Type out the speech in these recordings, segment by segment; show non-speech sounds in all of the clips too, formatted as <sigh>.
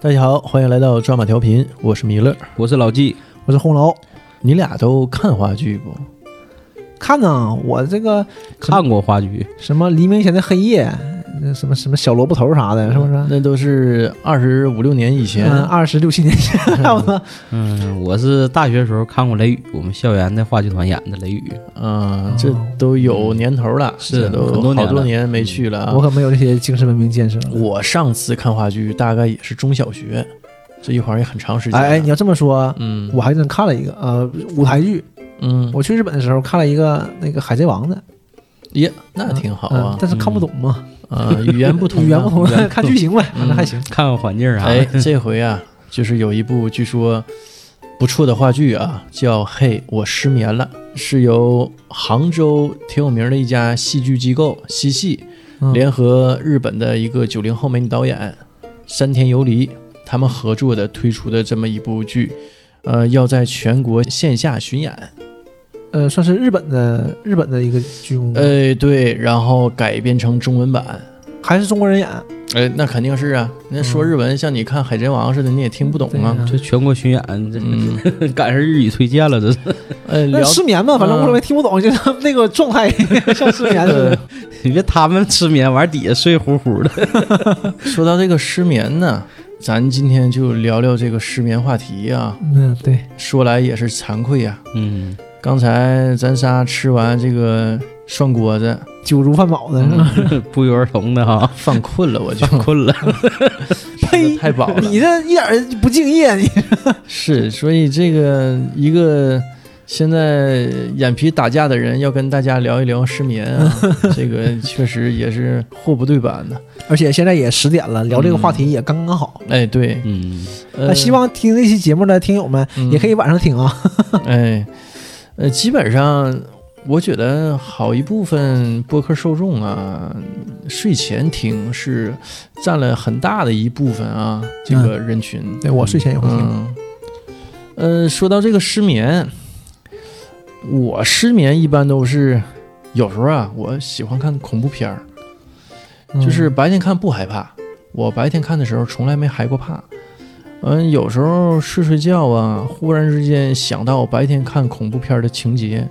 大家好，欢迎来到抓马调频，我是弥勒，我是老纪，我是红楼。你俩都看话剧不？看啊呐，嗯我这个看过话剧，什么黎明前的黑夜，那什么什么小萝卜头啥嗯的，是不是？那都是二十五六年以前，啊嗯，二十六七 <laughs> 年前，我操嗯，我是大学时候看过《雷雨》，我们校园的话剧团演的《雷雨哦嗯，这都有年头了，嗯是这都很多年好了多年没去了啊。我可没有这些精神文明建设。我上次看话剧大概也是中小学，这一晃也很长时间了。哎哎，你要这么说，嗯，我还真看了一个呃舞台剧。嗯，我去日本的时候看了一个那个《海贼王》的，耶，那挺好啊嗯，但是看不懂嘛，啊，语言不同啊， <laughs> 嗯语语言不同言不，同看剧情呗，反正还行。》，看看环境啥哎的。，这回啊，就是有一部据说不错的话剧啊，叫《嘿，我失眠了》，是由杭州挺有名的一家戏剧机构西戏嗯联合日本的一个九零后美女导演山田由里他们合作的推出的这么一部剧，呃，要在全国线下巡演。呃，算是日本的日本的一个剧目，哎，对，然后改编成中文哎版。还是中国人演，哎，那肯定是啊，那说日文像你看《海贼王》似的，你也听不懂啊。嗯这对呀全国巡演，嗯，这 <laughs> 赶上日语推荐了，这是 <laughs> 呃，那聊失眠嘛，反正嗯无所谓，听不懂，就是那个状态 <laughs> 像失眠似的。你别他们失眠，完底下睡呼呼的。说到这个失眠呢，咱今天就聊聊这个失眠话题啊。嗯，对，说来也是惭愧呀、嗯，刚才咱仨吃完这个涮锅子，酒足饭饱的是吧？ <laughs> 不约而同的 <laughs> 哈，犯困了，我就 <laughs> 困了。吃得太饱了。你这一点儿不敬业，你是，所以这个一个现在眼皮打架的人，要跟大家聊一聊失眠啊， <laughs> 这个确实也是货不对版的。 <laughs> 而且现在也十点了，聊这个话题也刚刚好。哎，对，嗯，呃那希望听这期节目的听友们也可以晚上听啊。哎，呃，基本上我觉得好一部分播客受众啊，睡前听是占了很大的一部分啊，这个人群。对我睡前也会听，嗯，呃，说到这个失眠，我失眠一般都是有时候啊，我喜欢看恐怖片儿，嗯就是白天看不害怕，我白天看的时候从来没害过怕。嗯，有时候睡睡觉啊，忽然之间想到白天看恐怖片的情节，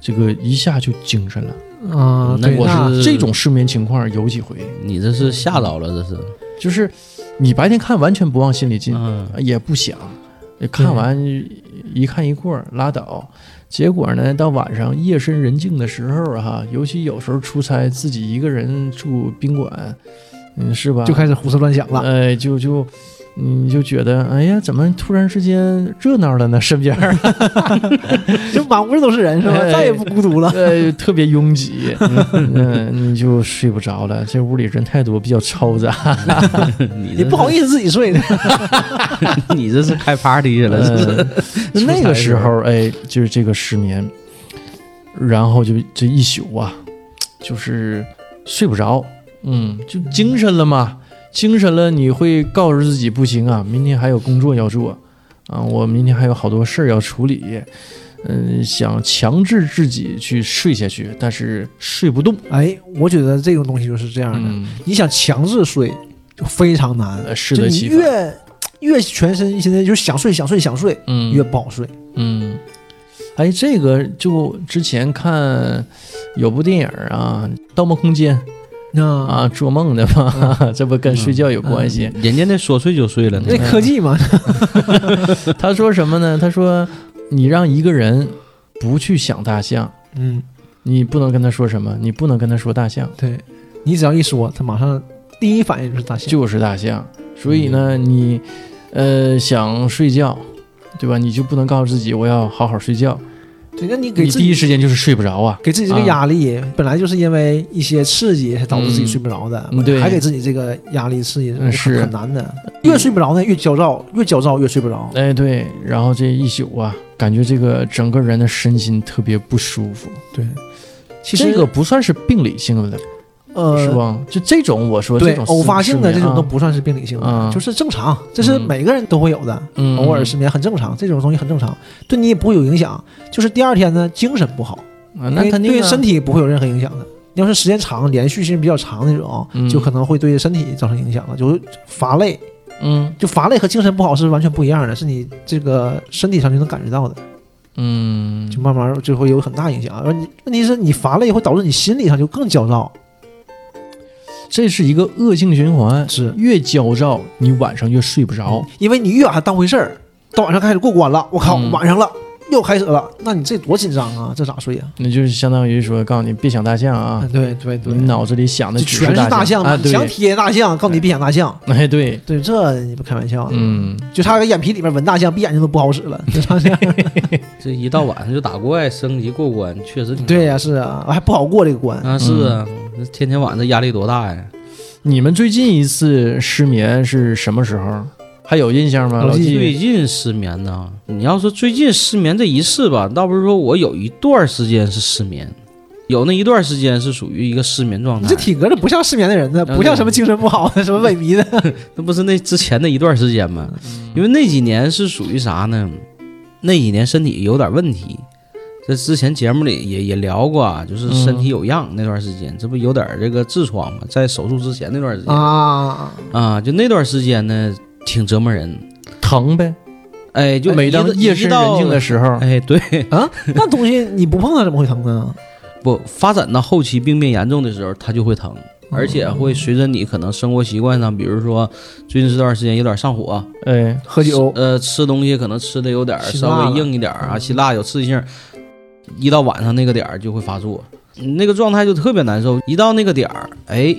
这个一下就精神了。啊，那对，我那是这种失眠情况有几回，你这是吓着了，这是。就是你白天看完全不往心里进，嗯，也不想，看完一看一过儿拉倒。结果呢，到晚上夜深人静的时候哈、尤其有时候出差自己一个人住宾馆，嗯，是吧？就开始胡思乱想了。哎，就就你就觉得，哎呀，怎么突然之间热闹了呢？身边儿 <laughs> 就满屋子都是人是吧？哎再也不孤独了。呃特别拥挤，嗯，你就睡不着了。这屋里人太多，比较嘈杂。嗯 <laughs> 你也不好意思自己 <laughs> 睡，思，你这是开 party 去了，这是。呃那个时候，哎，就是这个失眠，然后就这一宿啊，就是睡不着，嗯，就精神了嘛，精神了，你会告诉自己不行啊，明天还有工作要做啊，我明天还有好多事儿要处理，嗯，想强制自己去睡下去，但是睡不动，哎，我觉得这种东西就是这样的，嗯，你想强制睡就非常难，呃适就得你其反，越越全身现在就是想睡想睡想睡，嗯，越不好睡。嗯，哎，这个就之前看有部电影啊，《盗梦空间》那啊，做梦的嘛，<laughs> 嗯这不跟睡觉有关系？嗯人家那说睡就睡了，那那科技嘛，嗯他说什么呢？他说你让一个人不去想大象，嗯，你不能跟他说什么，你不能跟他说大象对你只要一说，他马上第一反应就是大象。就是大象，所以呢，嗯你呃想睡觉，对吧？你就不能告诉自己我要好好睡觉，对，那你给你自第己一时间就是睡不着啊。给自己这个压力，本来就是因为一些刺激才导致自己睡不着的，嗯对还给自己这个压力刺激，嗯是很难的。越睡不着呢，越焦躁，越焦躁越睡不着。哎，对，然后这一宿啊，感觉这个整个人的身心特别不舒服。对，其实这个不算是病理性的，呃是吧？就这种，我说对这种偶发性的失这眠种啊都不算是病理性啊的，就是正常，这是嗯每个人都会有的，嗯偶尔失眠很正常，这种东西很正常，对你也不会有影响。就是第二天呢，精神不好，啊，那对肯定对啊身体不会有任何影响的。要是时间长、连续性比较长那种，嗯就可能会对身体造成影响了，就乏累、嗯就乏累和精神不好是完全不一样的，是你这个身体上就能感觉到的，嗯就慢慢就会有很大影响。而你问题是你乏累会导致你心理上就更焦躁，这是一个恶性循环，是越焦躁，你晚上越睡不着。因为你越把它当回事儿，到晚上开始过关了，我靠，嗯晚上了又开始了，那你这多紧张啊，这咋睡呀、那就是相当于说，告诉你别想大象啊，对对你脑子里想的嗯就只全是大象嘛，啊，你想对，贴大象，告诉你别想大象，哎对，对，这你不开玩笑啊？嗯，就差个眼皮里面纹大象，闭眼睛都不好 <laughs> 使了，就差这样。这一到晚上就打怪升级过关，确实挺对呀、是啊，还不好过这个关。啊是啊，那天天晚上这压力多大呀？你们最近一次失眠是什么时候？还有印象吗？老啊老纪最纪，近失眠呢？你要说最近失眠这一次吧，倒不是说我有一段时间是失眠，有那一段时间是属于一个失眠状你这态。体格子不像失眠的人呢，嗯不像什么精神不好的、什么萎靡的。那不是那之前的一段时间吗？嗯因为那几年是属于啥呢？那几年身体有点问题，这之前节目里也也聊过，啊，就是身嗯体有恙那段时间，这不有点这个痔疮吗？在手术之前那段时间啊， <laughs> 啊，就那段时间呢，挺折磨人。疼呗，哎，就每当夜深人静的时时候，哎，对，那东西你不碰它怎么会疼呢？不发展到后期病变严重的时候，它就会疼，嗯而且会随着你可能生活习惯上，比如说最近这段时间有点上火，哎，喝酒呃，吃东西可能吃的有点儿辛辣稍了微硬一点嗯儿啊，辛辣有刺激性，一到晚上那个点儿就会发作，那个状态就特别难受，一到那个点儿，哎，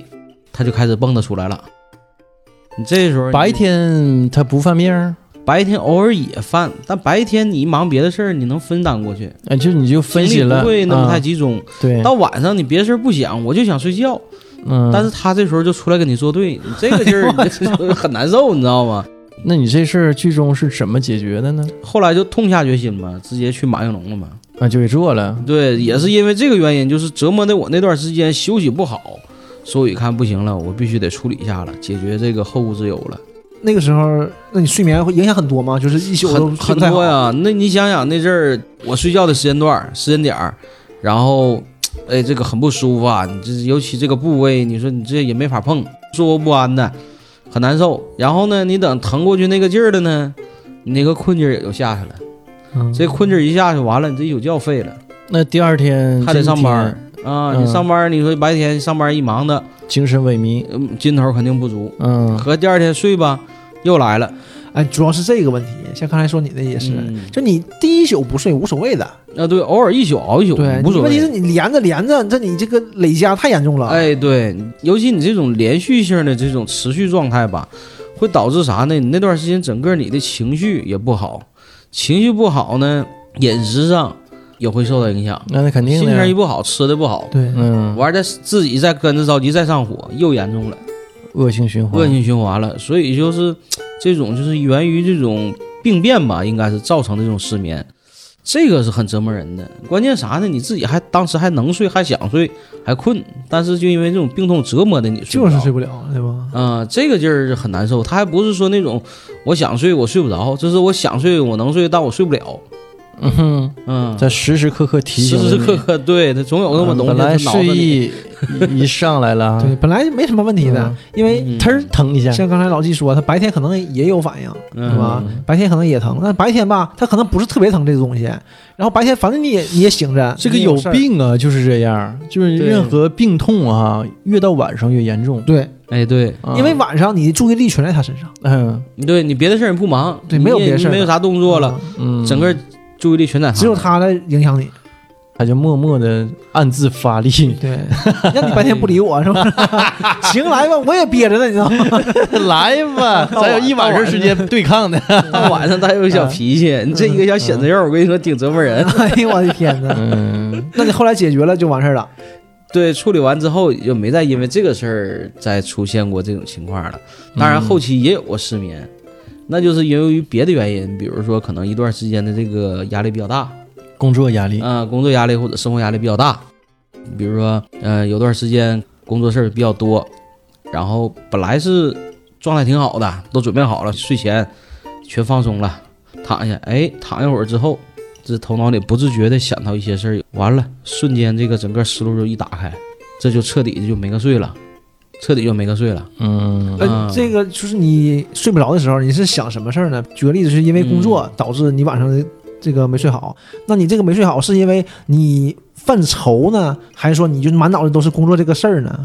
它就开始蹦跶出来了。你这时候你白天他不犯病儿，白天偶尔也犯，但白天你忙别的事儿，你能分担过去，哎，就是你就分析精力了，不会那么太啊、集中。对，到晚上你别的事儿不想，我就想睡觉。嗯，但是他这时候就出来跟你作对，你这个劲儿你就 <laughs> 很难受，你知道吗？那你这事儿剧中是怎么解决的呢？后来就痛下决心嘛，直接去马应龙了嘛。啊，就给做了，对，也是因为这个原因，就是折磨的我那段时间休息不好，所以看不行了，我必须得处理一下了，解决这个后顾之忧了。那个时候，那你睡眠会影响很多吗？就是一宿都很睡很不太好多呀，那你想想那阵儿我睡觉的时间段儿、时间点儿，然后，哎，这个很不舒服啊，你这尤其这个部位，你说你这也没法碰，坐卧不安的，很难受。然后呢，你等腾过去那个劲儿了呢，你那个困劲儿也就下去了。嗯这困劲儿一下去完了，你这一宿觉废了，那第二天嗯还得上班儿真啊。嗯你上班儿，你说白天上班儿一忙的，挺精神萎靡，嗯劲头肯定不足，嗯，和第二天睡吧，又来了。哎，主要是这个问题。像刚才说你的也是，嗯就你第一宿不睡无所谓的，啊，对，偶尔一宿熬一宿对，无所问题谓是。你连着连着，这你这个累加太严重啊了。，哎，对，尤其你这种连续性的这种持续状态吧，会导致啥呢？你那段时间整个你的情绪也不好，情绪不好呢，饮食上也会受到影响，那那肯定心的情一呀，不好，吃的不好，对，嗯，完再自己再跟着着急再上火，又严重了，恶性循环，恶性循环了。所以就是这种就是源于这种病变吧，应该是造成的这种失眠。这个是很折磨人的，关键啥呢？你自己还当时还能睡，还想睡，还困，但是就因为这种病痛折磨的你睡不就着，是睡不了，对吧？嗯、这个劲儿很难受。他还不是说那种我想睡我睡不着，这是我想睡我能睡，但我睡不了。嗯哼，嗯，在时时刻刻提时醒着时你刻刻对他总有那么嗯东西，本来他脑子睡里意一一上来了，对，本来没什么问题的嗯，因为嗯腾儿疼一下，像刚才老纪说，他白天可能也有反应，对嗯吧？白天可能也疼，但白天吧，他可能不是特别疼这个东西。然后白天反正你也你也醒着，这个你也有有事儿，病啊，就是这样，就是对任何病痛啊，越到晚上越严重，对，哎，对啊因为晚上你的注意力全在他身上，嗯对，你别的事儿你不忙，对你没有也别的事儿没有啥动作了，嗯，整个注意力全在只有他来影响你。，他就默默的暗自发力 <laughs> 对，让你白天不理我是吧？ <laughs> 行，来吧，我也憋着呢，你知道吗？ <laughs> 来吧， <laughs> 咱有一晚上时间对抗 <laughs> 的。到晚上他有小脾气，你这一个小蚬子肉，我跟你说挺折磨人。哎呦我的天哪！嗯，那你后来解决了就完事儿了。对，处理完之后也没再因为这个事儿再出现过这种情况了。当然后期也有过失眠，那就是由于别的原因，比如说可能一段时间的这个压力比较大，啊、工作压力，呃工作压力或者生活压力比较大，比如说呃有段时间工作事儿比较多，然后本来是状态挺好的，都准备好了，睡前全放松了，躺下，哎，躺一会儿之后。这头脑里不自觉的想到一些事儿，完了，瞬间这个整个思路就一打开，这就彻底的就没个睡了。彻底就没个睡了。嗯呃，这个就是你睡不着的时候，你是想什么事儿呢？举个例子，是因为工嗯作导致你晚上这个没睡好。那你这个没睡好，是因为你犯愁呢，还是说你就满脑子都是工作这个事儿呢？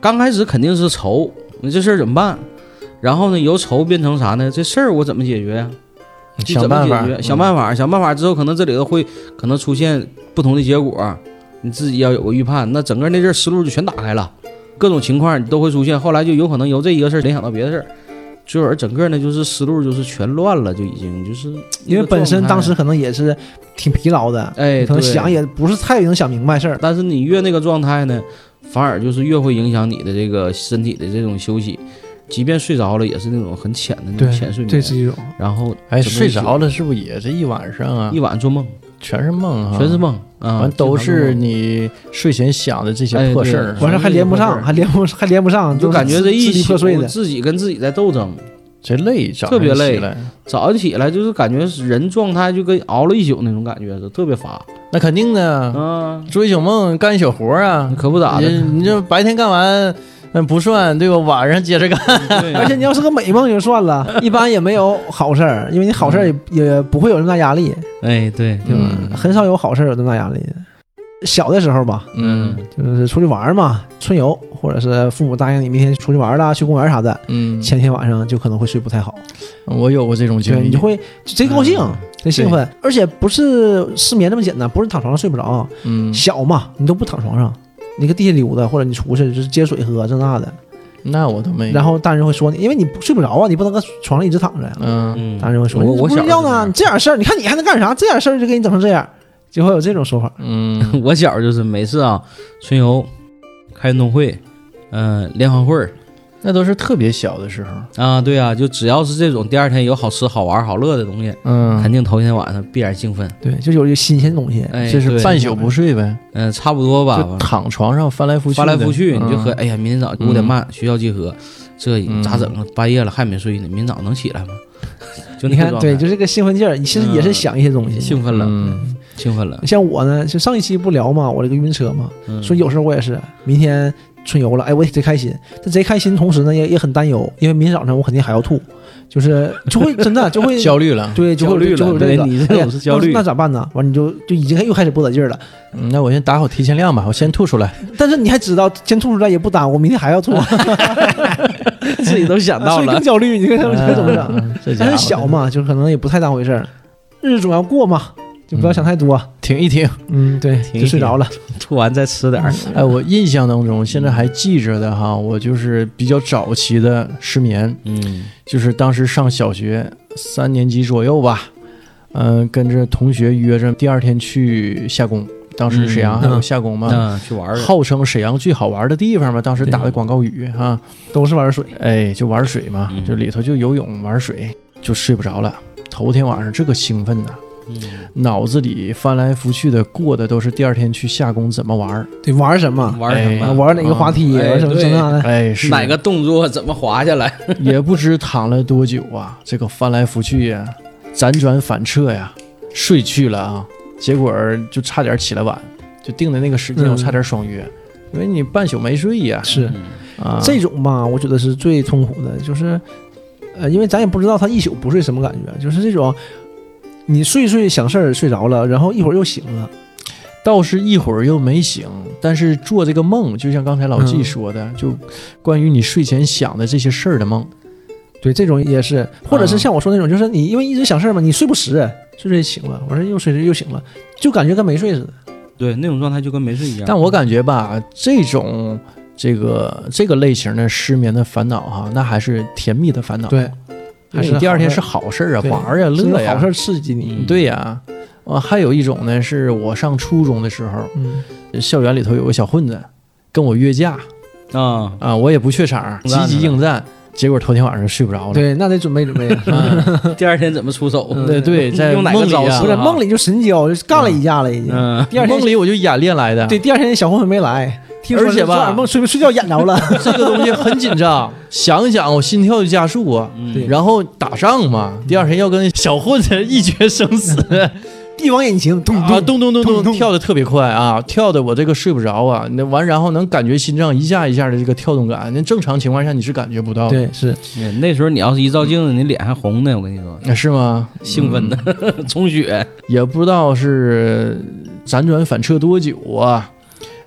刚开始肯定是愁，你这事儿怎么办？然后呢，由愁变成啥呢？这事儿我怎么解决呀、你想怎么办解法嗯决？，嗯想办法，想办法之后，可能这里头会可能出现不同的结果，你自己要有个预判。那整个那阵儿思路就全打开了，各种情况你都会出现。后来就有可能由这一个事儿联想到别的事儿，最后整个呢就是思路就是全乱了，就已经就是因为本身当时可能也是挺疲劳的，哎，可对能想也不是太能想明白事儿。但是你越那个状态呢，反而就是越会影响你的这个身体的这种休息。即便睡着了，也是那种很浅的那种浅睡这眠，是一种。然后哎，怎么睡着了是不是也这一晚上啊一？晚做梦，全是梦啊，全是梦啊，完都经常做是梦你睡前想的这些哎破对事儿。完事儿还连不上， <laughs> 还连不还连不上，就都是感觉这一支离宿破碎的。自己跟自己在斗争。这累，早特别上起累来。早上起来就是感觉人状态就跟熬了一宿那种感觉似的，特别乏。那肯定嗯的，啊，做一宿梦干一宿活儿啊，可不咋你的。你这白天干完，嗯，不算对吧？晚上接着干， <laughs> 对而且你要是个美梦就算 <laughs> 了，一般也没有好事儿，因为你好事儿也也不会有那么大压力，哎，对对吧？嗯很少有好事儿有那么大压力的。小的时候吧，嗯就是出去玩儿嘛，春游，或者是父母答应你明天出去玩儿啦，去公园儿啥的，嗯，前天晚上就可能会睡不太好，我有过这种对，经你历就，会贼高兴，贼兴奋，而且不是失眠那么简单，不是躺床上睡不着，嗯，小嘛，你都不躺床上，你搁地下溜达，或者你出去就是接水喝这那的，那我都没有，然后大人会说你，因为你不睡不着啊，你不能搁床上一直躺着呀。嗯，嗯大人会说，我我小你不睡时觉候呢，你这点事儿，你看你还能干啥？这点事儿就给你整成这样，就会有这种说法。嗯我小时候就是每次啊，春游、开运动会，嗯、联欢会儿 <laughs> 那都是特别小的时候，啊，对啊，就只要是这种第二天有好吃、好玩、好乐的东西，肯嗯，定头一天晚上必然兴奋。对，就有一个新鲜东西。哎，这是对半宿不睡呗，嗯、差不多吧就。躺床上翻来覆去的，翻来覆去，你就嗯和哎呀，明天早嗯五点半学校集合，这嗯咋整啊？半夜了还没睡呢，明天早能起来吗？就那个你看，状态嗯对，就这个兴奋劲儿，你其实也是想一些东西。兴奋了，嗯 <laughs> 兴奋了。像我呢，就上一期不聊嘛，我这个晕车嘛，嗯哎说有时候我也是，明天春游了，哎，我也贼开心，但贼开心，同时呢也也很担忧，因为明天早上我肯定还要吐，就是就会真的就会焦虑了。对，<laughs> 就焦会虑就会有了，这个。你这哎呀种是焦虑那那。咋办呢？完你就就已经又开始不得劲儿了，嗯那我先打好提前量吧，我先吐出 <laughs> 来。但是你还知道，先吐出来也不耽误，明天还要吐， <laughs> 自己都想到所以了更焦虑。你看他们这怎么整？嗯这家但伙是小嘛，就可能也不太当回事儿，日子总要过嘛，就不要想太多。挺一挺。嗯，对，挺就睡着了。呃吐完再吃点儿。哎，我印象当中，现在还记着的哈，我就是比较早期的失眠，嗯就是当时上小学三年级左右吧，嗯、跟着同学约着第二天去下宫，当时沈阳还有下宫嘛，那去玩儿号称沈阳最好玩的地方嘛，当时打的广告语哈、都是玩水，哎，就玩水嘛，嗯就里头就游泳玩水，就睡不着了。头天晚上这个兴奋呐、嗯脑子里翻来覆去的过的都是第二天去下宫怎么玩儿，对，玩什么？玩儿什哎啊么？玩哪个滑梯？哎玩什么对什么样的？哎，是哪个动作怎么滑下来？ <laughs> 也不知躺了多久啊，这个翻来覆去呀、辗转反侧呀、睡去了啊，结果儿就差点起来晚，就定的那个时间嗯我差点爽约，因为你半宿没睡呀、是嗯啊，嗯这种吧，我觉得是最痛苦的，就是，呃，因为咱也不知道他一宿不睡什么感觉，就是这种，你睡睡想事儿睡着了，然后一会儿又醒了，倒是一会儿又没醒，但是做这个梦，就像刚才老纪嗯说的，就关于你睡前想的这些事儿的梦，对，这种也是，或者是像我说那种，就是你因为一直想事儿嘛，你睡不实，睡睡醒了，完事儿又睡睡又醒了，就感觉跟没睡似的。对，那种状态就跟没睡一嗯样。但我感觉吧，这种。这个这个类型的失眠的烦恼哈、那还是甜蜜的烦恼。对，因还为是你第二天是好好事儿啊，对玩儿呀，事儿乐是呀，好事儿刺激你。嗯对呀、啊，还有一种呢，是我上初中的时候，嗯，校园里头有个小混子跟我约架啊，啊，我也不怯场，积极应战，结果头天晚上睡不着了。对，那得准备准备 <laughs> 啊。啊，第二天怎么出手？啊嗯对对，在用哪梦个里招式啊，啊？不是梦里就神交，就干了一架了已经。嗯，第二天梦里我就演练来的。对，，第二天小混混没来，听说而且吧昨晚梦睡睡觉演着了。 <laughs> 这个东西很紧张， <laughs> 想一想我心跳就加速啊，嗯对然后打仗嘛，第二天要跟小混子一决生死。帝王引擎，咚啊，咚咚咚咚咚咚，咚跳的特别快啊，跳的我这个睡不着啊。那完，然后能感觉心脏一下一下的这个跳动感，那正常情况下你是感觉不到的，对，是嗯那时候你要是一照镜子，你脸还红呢，我跟你说，啊是吗？兴奋的 <laughs> 充血，也不知道是辗转反侧多久啊，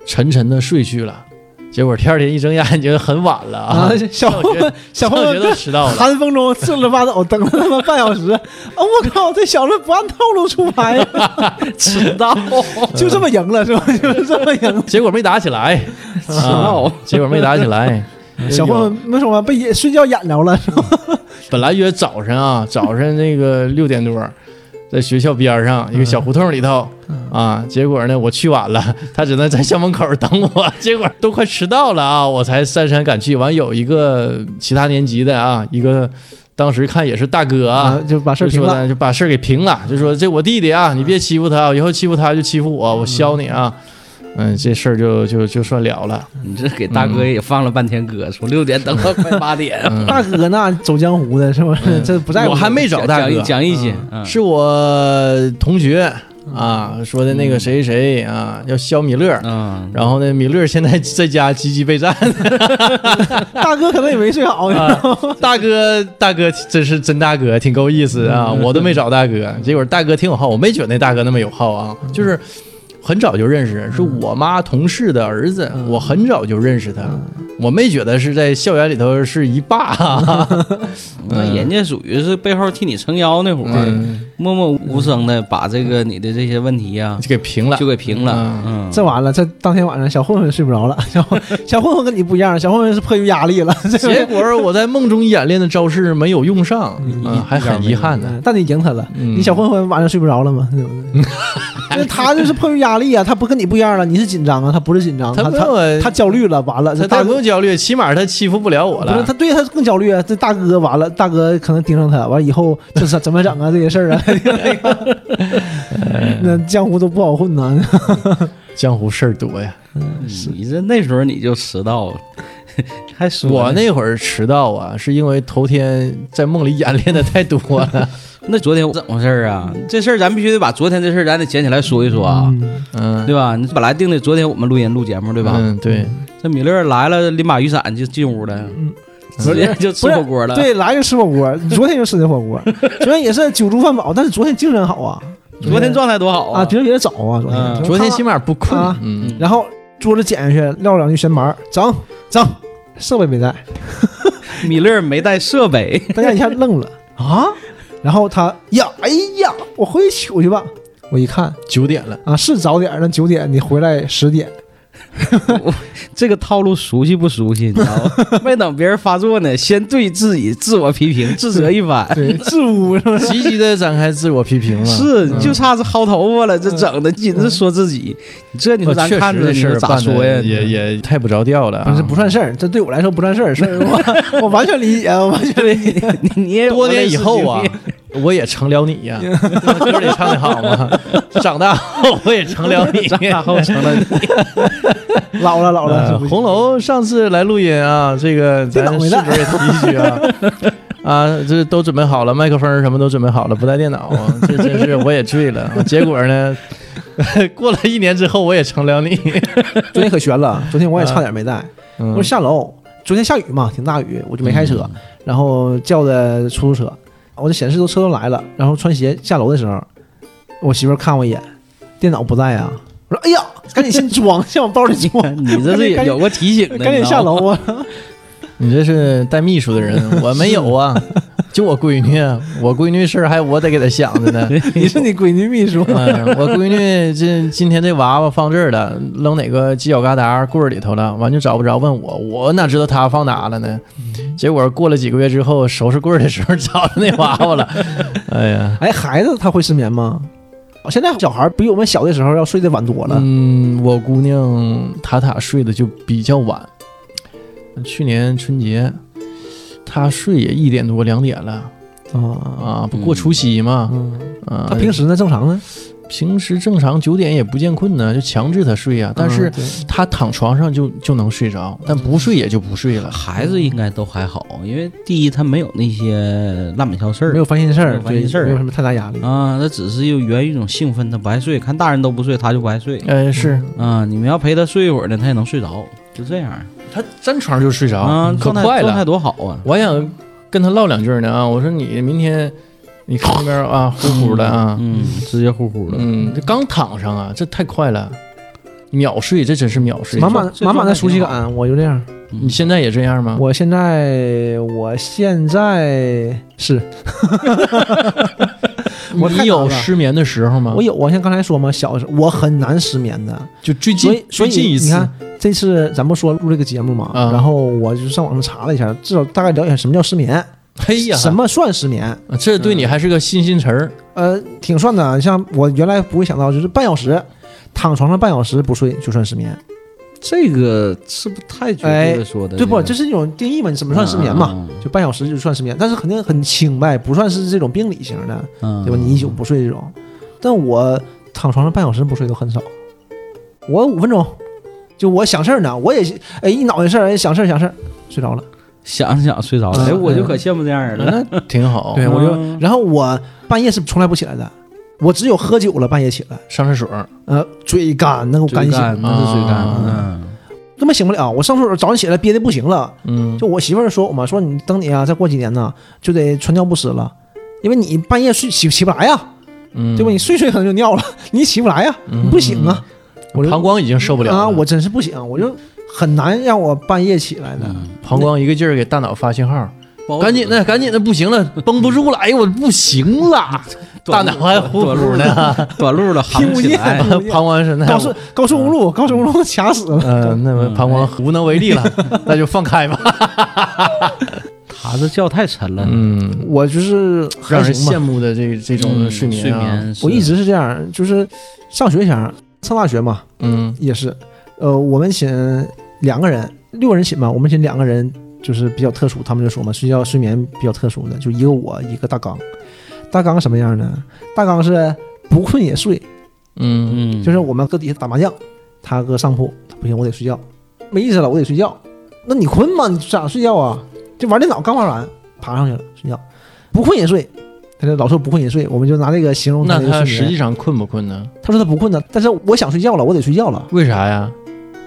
沉沉的睡去了。结果第二天一睁眼睛很晚了啊，小上学朋友 <laughs> 小朋上学友都在迟到了。寒风中四十八抖， <laughs> 等了他妈半小时，啊，我靠，这小子不按套路出牌呀，迟到， <laughs> 就这么赢了是吧？就这么赢了。结果没打起 <laughs> 来，迟到啊，结果没打起来。小朋友没说吗？被眼睡觉眼聊了，是吧？本来约早晨 <laughs> 啊，早晨那个六点多，在学校边上嗯一个小胡同里头、啊，结果呢我去晚了，他只能在校门口等我， <laughs> 结果都快迟到了啊，我才姗姗赶去。完有一个其他年级的啊，一个当时看也是大哥啊，就把事儿就平说了。嗯呢就把事儿给平了，就说这我弟弟啊，你别欺负他，以后欺负他就欺负我，我削你啊。嗯，这事儿就就就算了了。你这给大哥也放了半天歌，从六点等到快八点，嗯、大哥那走江湖的是不是？嗯 <laughs> 这不在乎。我还没找大讲哥义，讲义气，嗯是我同学啊说的那个谁谁啊，要削米勒。嗯，然后呢，米勒现在 <laughs> 在家积极备战。 <laughs> 大哥可能也没睡啊好，你知道吗？大哥，大哥，真是真大哥，挺够意思嗯啊！我都没找大哥，结果大哥挺有号，我没觉得那大哥那么有号啊，嗯就是很早就认识，是我妈同事的儿子，嗯我很早就认识他，嗯我没觉得是在校园里头是一霸、那人家属于是背后替你撑腰那会儿，嗯，默默无声的把这个你的这些问题呀 <laughs> 就给平了就。给平了，嗯，这完了，这当天晚上小混混睡不着 <laughs> 了。小混小混混跟你不一样，小混混是迫于压力 <laughs> 了。这结果我在梦中演练的招式没有用 <laughs> 上，嗯，还很遗憾呢。嗯但你赢他了，嗯你小混混晚上睡不着了吗？对不 <laughs> 对？因为他就是迫于压力啊，他不跟你不一样了，你是紧张啊，他不是紧张，他他没他有，他焦虑了，完啊了，他他大哥不用焦虑，起码他欺负不了我不是了他。对他更焦虑啊，这大哥完了，大哥可能盯上他，完以后这是怎么整啊？这些 <laughs> 事儿啊，那江湖都不好混呐。江湖事儿多呀。你这那时候你就迟到，还说我呢那会儿迟到啊，是因为头天在梦里演练的太多了。那昨天我怎么回事儿啊？这事儿咱必须得把昨天这事儿咱得捡起来说一说啊，嗯， <laughs> 对吧？你本来定的昨天我们录音录节目对吧？嗯，对，这米勒来了，拎把雨伞就进屋了，嗯直接就吃火锅了。，对，来就吃火 <laughs> 锅，昨天就吃的火锅，昨天也是酒足饭饱，但是昨天精神好啊，昨嗯天状态多好啊，别人也早啊，昨嗯天昨天起码，码不困啊。嗯，然后桌子捡下去撂两句闲白儿，整整，设备没 <laughs> 带，米勒没带设备，大家一下愣了啊，然后他呀，哎呀，我回去取去吧，我一看九点 <laughs> 了，啊，是早点儿，但九点你回来十 <laughs> 点。这个套路熟悉不熟悉？你知道 <laughs> 吗？没等别人发作呢，先对自己自我批评、自责 <laughs> 一番。对，自污是吧？积极的展开自我批评了。是，嗯就差是薅头发了，这整的仅是说自己，你这你说我咱嗯确看实着这你事说儿咋办说的呀？也 <laughs> 也太不着调了啊。不是不算事儿，这对我来说不算事儿，所以 <laughs> 我我完全理解，我完全理解。你你也有多年类似以后啊经历，我也成了你呀、歌里唱的好吗？ <laughs> 长大后我也成了你。长大后成了你，老了老了，呃是不是红楼上次来录音啊，这个 <laughs> 咱电脑是不没是带也提一句 <laughs> 啊？啊，这都准备好了，麦克风什么都准备好了，不带电脑啊，这真是我也醉 <laughs> 了。结果呢，过了一年之后，我也成了 <laughs> 你。昨天可悬了，昨天我也差点没带，嗯我下楼，昨天下雨嘛，挺大雨，我就没开车，然后叫的出租车，我就显示都车都来了，然后穿鞋下楼的时候，我媳妇儿看我一眼，电脑不在啊，我说哎呀，赶紧先装，先往包里装， <laughs> 啊 <laughs> 你这是有个提醒的，赶紧下楼啊，你这是带秘书的人，我没有 <laughs> 啊，就我闺女，啊我闺女事儿还我得给她想着呢。 <laughs> 你是你闺女秘 <laughs> 书，嗯，我闺女这今天这娃娃放这儿了，扔哪个犄角旮旯棍儿里头了，完就找不着，问我，我哪知道她放哪了呢？结果过了几个月之后，收拾棍儿的时候找着那娃娃了，哎呀，哎，孩子他会失眠吗？哦现在小孩儿比我们小的时候要睡得晚多了，嗯，我姑娘塔塔睡得就比较晚，去年春节她睡也一点多两点了啊啊，啊，不过除夕嘛，嗯，啊，他平时呢正常呢？她平时正常九点也不见困呢，就强制他睡呀、但是嗯对他躺床上就就能睡着，但不睡也就不睡了。孩子应该都还好，因为第一他没有那些烂板桥事没儿有烦心事没儿，有烦对心事儿没有什么太大压力。啊，他只是又源于一种兴奋，他不爱睡，看大人都不睡，他就不爱睡呃，是啊。你们要陪他睡一会儿呢，他也能睡着，就这样他粘床就睡着，啊，可状态快状态了。多好啊！我还想跟他唠两句呢啊，我说你明天你看那 <laughs> 边啊呼呼的啊，嗯，直接呼呼的，嗯，这刚躺上啊，这太快了，秒睡，这真是秒睡。满满这满满的状态熟悉挺好感，我就这样。嗯你现在也这样吗？我现在，我现在是我太你难有了失眠的时候吗？我有，我像刚才说嘛，小时候我很难失眠的，就最所近以所最以近一你次，看这次咱不说录这个节目嘛，啊然后我就上网上查了一下，至少大概了解什么叫失眠，哎呀，什么算失眠，啊？这对你还是个新新词儿。呃，挺算的。像我原来不会想到，就是半小时躺床上半小时不睡就算失眠，这个是不太绝对的说的，哎对不？这这个是一种定义嘛，你怎么算失眠嗯嘛？？就半小时就算失眠，但是肯定很轻呗，不算是这种病理型的，嗯，对吧？你一宿不睡这种，但我躺床上半小时不睡都很少，我五分钟，就我想事儿呢，我也哎一脑袋事儿，哎想事儿想事儿，睡着了。想想睡着了，哎，嗯我就可羡慕这样人了。那挺好。对，我嗯就然后我半夜是从来不起来的，我只有喝酒了半夜起来，上厕所，呃，嘴干能给我嘴干醒，干那是嘴干，啊嗯，根本醒不了。我上厕所早上起来憋的不行了，嗯，就我媳妇儿说我嘛，说你等你啊，再过几年呢，就得传教布施了，因为你半夜睡起起不来呀，嗯对吧？你睡睡可能就尿了，你起不来呀，你不醒啊，我就膀胱已经受不了啊，我真是不行，我就很难让我半夜起来的。嗯膀胱一个劲儿给大脑发信号，包赶紧的，赶紧的，不行了，绷不住了，哎呦，我不行了，大短路脑还呼短呼路呢，短路了，喊不起来。听不见膀胱是那嗯高速高速公路，高速公路卡死了。呃，那么嗯膀胱无能为力 <laughs> 了，那就放开吧。他这觉太沉了，嗯，我就是让还人行吧嗯羡慕的这这这种嗯睡睡眠啊，眠是，我一直是这样，就是上学前儿上大学嘛，嗯也是，呃，我们寝两个人，六个人寝嘛，我们寝两个人就是比较特殊，他们就说嘛，睡觉睡眠比较特殊的，就一个我，一个大刚。大刚什么样呢？大刚是不困也睡，嗯嗯，就是我们搁底下打麻将，他搁上铺，他不行，我得睡觉，没意思了，我得睡觉。那你困吗？你咋睡觉啊？就玩电脑，刚玩完，爬上去了睡觉，不困也睡。他就老说不困也睡，我们就拿这个形容那的他睡实眠。际上困不困呢？他说他不困呢，但是我想睡觉了，我得睡觉了，为啥呀？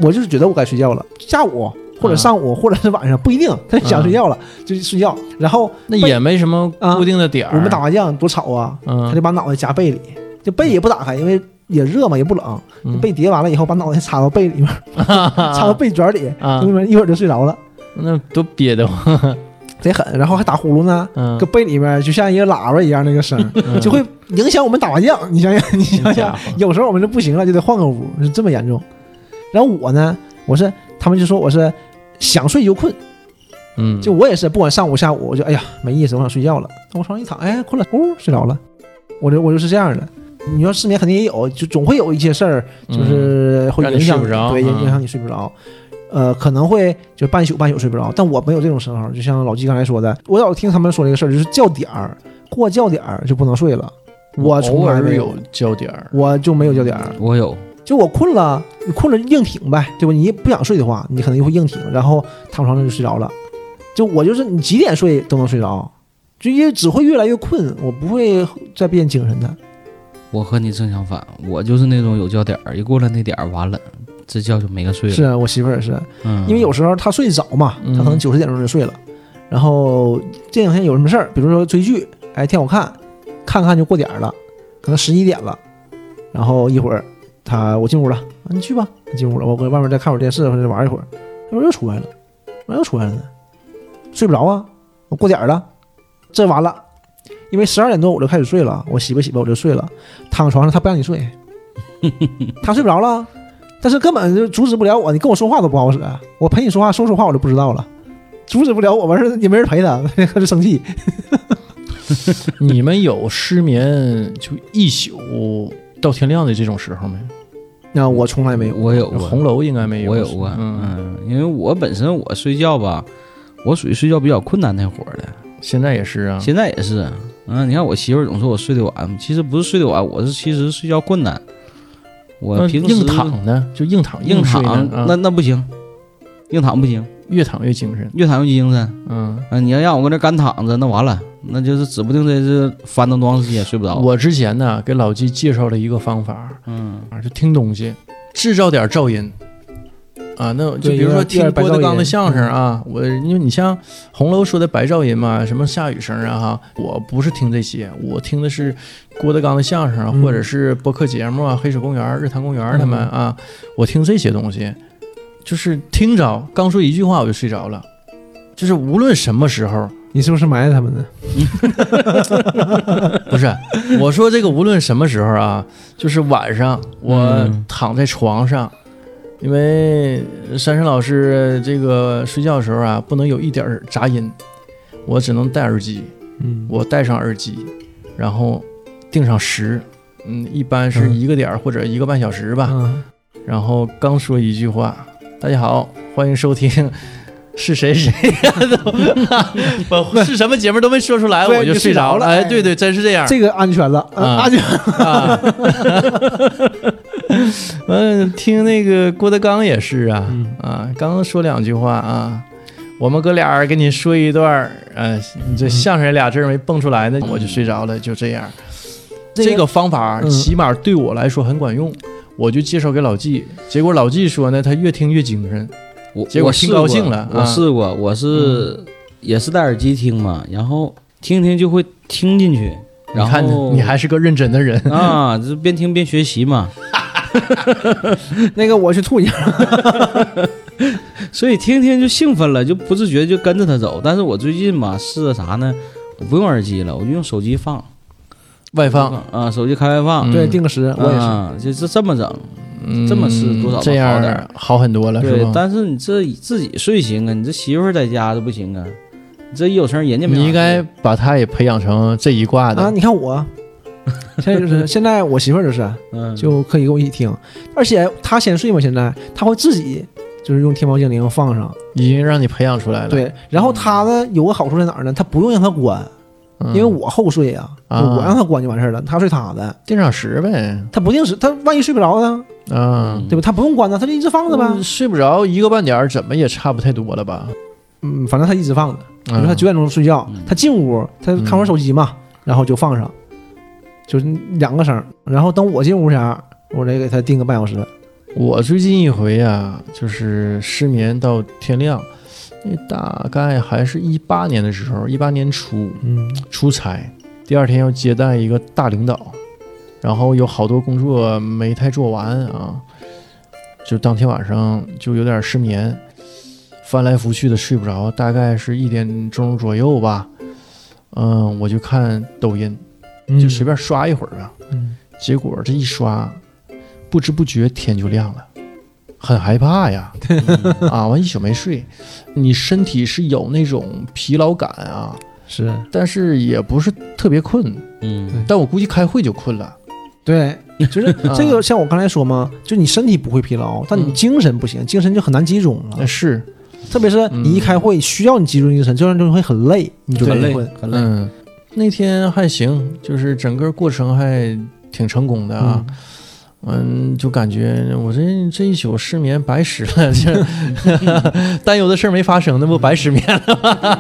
我就是觉得我该睡觉了。下午啊或者上午、或者是晚上不一定，他就想睡觉了、就睡觉。然后那也没什么固定的点儿。啊我们打麻将多吵啊，他嗯，就把脑袋夹被里，就被也不打开，因为也热嘛，也不冷。嗯 <laughs> 被叠完了以后，把脑袋插到被里面，插到被卷里，啊那边一会儿就睡着了，那多憋得慌。贼狠。然后还打呼噜呢，嗯搁，被里面就像一个喇叭一样那个声儿，嗯 <laughs> 就会影响我们打麻将。你想想，你 <laughs> 想真家想，伙有时候我们就不行了，就得换个屋，是这么严重。然后我呢，我是他们就说我是想睡就困，嗯，就我也是，不管上午下午，我就哎呀没意思，我想睡觉了。我床上一躺，哎困了，呼睡着了。我就我就是这样的。你要失眠肯定也有，就总会有一些事儿就是会嗯让你影响睡不着对，嗯影响你睡不着。呃，可能会就半宿半宿睡不着，但我没有这种时候。就像老纪刚才说的，我老听他们说这个事儿，就是觉点儿过觉点儿就不能睡了。嗯我偶从来尔没有，嗯焦点儿。我就没有觉点儿。我有，就我困了，你困了硬挺呗，对吧？你不想睡的话，你可能就会硬挺，然后躺床上就睡着了。就我就是你几点睡都能睡着，就越只会越来越困，我不会再变精神的。我和你正相反，我就是那种有觉点儿，一过了那点儿完了，这觉就没个睡了。是啊，我媳妇儿也是，嗯，因为有时候她睡得早嘛，嗯她可能九十点钟就睡了，然后这两天有什么事儿，比如说追剧，哎，挺好看，看看就过点儿了，可能十一点了，然后一会儿她我进屋了，啊你去吧，进屋了，我搁外面再看会儿电视或者玩一会儿，一会儿又出来了，完又出来了呢，睡不着啊，我过点儿了，这完了，因为十二点多我就开始睡了，我洗吧洗吧我就睡了，躺床上她不让你睡，她睡不着了。但是根本就阻止不了我，你跟我说话都不好使，我陪你说话说说话我就不知道了，阻止不了我，完事儿也没人陪他， <laughs> 他就生气。你们有失眠就一宿到天亮的这种时候没？那啊我从来没有，我有过，红楼应该没有。我有过，嗯，嗯，因为我本身我睡觉吧，我属于睡觉比较困难那伙儿的，现在也是啊。现在也是，嗯，你看我媳妇儿总说我睡得晚，其实不是睡得晚，我是其实睡觉困难。我那平时硬躺呢，就硬躺硬睡躺，呢啊那那不行，硬躺不行，越躺越精神。越躺越精神。嗯，啊，你要让我搁那干躺着，那完了，那就是指不定这是翻腾多长时间睡不着。我之前呢给老纪介绍了一个方法，嗯，啊，就听东西，制造点噪音。啊，那就对比如有说点有听点白郭德噪纲的音嗯相声啊，我因为你像红楼说的白噪音嘛，什么下雨声啊哈，我不是听这些，我听的是郭德纲的相声啊，嗯或者是播客节目啊，黑水公园、日坛公园他们啊，我听这些东西，就是听着刚说一句话我就睡着了，就是无论什么时候，你是不是埋汰他们呢？ <laughs> 不是，我说这个无论什么时候啊，就是晚上我嗯躺在床上，因为珊珊老师这个睡觉的时候啊，不能有一点儿杂音，我只能戴耳机。嗯，我戴上耳机，然后定上时，嗯，一般是嗯一个点儿或者一个半小时吧。嗯然后刚说一句话：“大家好，欢迎收听。” <laughs> 是谁谁呀、 <laughs> <laughs> 都我是什么节目都没说出来，对我就就睡睡着着了。了哎，哎对对，真是这样。这个安全了，呃啊安全。啊，嗯，听那个郭德纲也是啊，嗯啊，刚刚说两句话啊，我们哥俩儿跟你说一段儿，呃，你这相声俩字儿没蹦出来呢，我就睡着了，就这样。这这个个方法啊嗯起码对我来说很管用，我就介绍给老纪，结果老纪说呢，他越听越精神，我结果我听试过高兴了我啊嗯试过，我是也是戴耳机听嘛，然后听听就会听进去，你然看后你还是个认真的人，啊，这边听边学 <laughs> 习嘛， <laughs> 那个我去吐一下，所以听听就兴奋了，就不自觉就跟着他走。但是我最近嘛，试着啥呢？我不用耳机了，我就用手机放外放，啊，手机开外放。嗯对，定个时，我也是。啊，就是这么整，嗯这么是多少这好样点儿好很多了，是对吧。？但是你这自己睡行啊，你这媳妇儿在家这不行啊，你这一有啊声儿人家没法你应该睡把他也培养成这一挂的啊，你看我，现在就是现在我媳妇儿就是嗯就可以跟我一起听，而且她先睡嘛，现在她会自己就是用天猫精灵放上，已经让你培养出来了。，对。然后她呢有个好处在哪儿呢？她不用让她关，嗯、因为我后睡啊，啊我让她关就完事儿了，她睡她的，定上时呗，她不定时，她万一睡不着呢，啊，对吧？她不用关呢，她就一直放着呗。嗯睡不着一个半点儿，怎么也差不太多了吧？嗯，反正她一直放着。比如嗯他九点钟睡觉嗯，他进屋，他看会儿手机嘛，然后就放上，就是两个声儿，然后等我进屋前儿，我再给他定个半小时。我最近一回啊，就是失眠到天亮，那大概还是一八年的时候，一八年初嗯出差，第二天要接待一个大领导，然后有好多工作没太做完啊，就当天晚上就有点失眠，翻来覆去的睡不着，大概是一点钟左右吧，嗯，我就看抖音，就随便刷一会儿吧。嗯结果这一刷，不知不觉天就亮了，很害怕呀！啊，完一宿没睡，你身体是有那种疲劳感啊，是但是也不是特别困。 <laughs> 嗯，但我估计开会就困了。对，就是啊这个，像我刚才说嘛，就你身体不会疲劳，但你嗯哎精神不行，精神就很难集中那了。是，特别是你一开会需要你集中精神，这样就会很累，你就很累会。很累。嗯，那天还行，就是整个过程还挺成功的啊。嗯，就感觉我这这一宿失眠白失了， <laughs> 这 <laughs> 担忧的事儿没发生，那不白失眠了吗？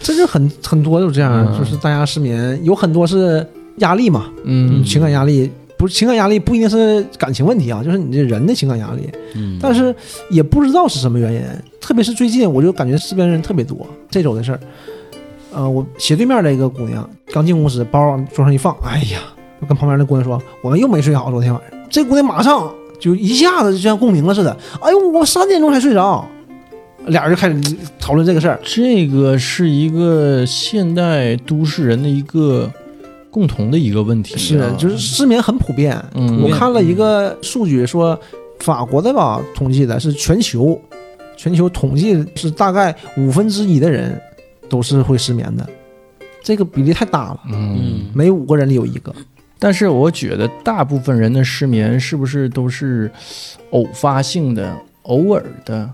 这就很很多就是这嗯样，啊就是大家失眠，有很多是压力嘛，嗯，情感压力不是情感压力不一定是感情问题啊，就是你这人的情感压力，嗯，但是也不知道是什么原因，特别是最近我就感觉身边人特别多这周的事儿。呃，我斜对面的一个姑娘刚进公司，包往桌上一放，哎呀，我跟旁边的姑娘说，我们又没睡好昨天晚上。这姑娘马上就一下子就像共鸣了似的，哎呦，我三点钟才睡着，俩人就开始讨论这个事儿。这个是一个现代都市人的一个共同的一个问题、是啊，，就是失眠很普遍。嗯我看了一个数据说，法国的吧统计的是全球，全球统计是大概五分之一的人都是会失眠的，这个比例太大了，嗯。嗯，每五个人里有一个。但是我觉得大部分人的失眠是不是都是偶发性的、偶尔的，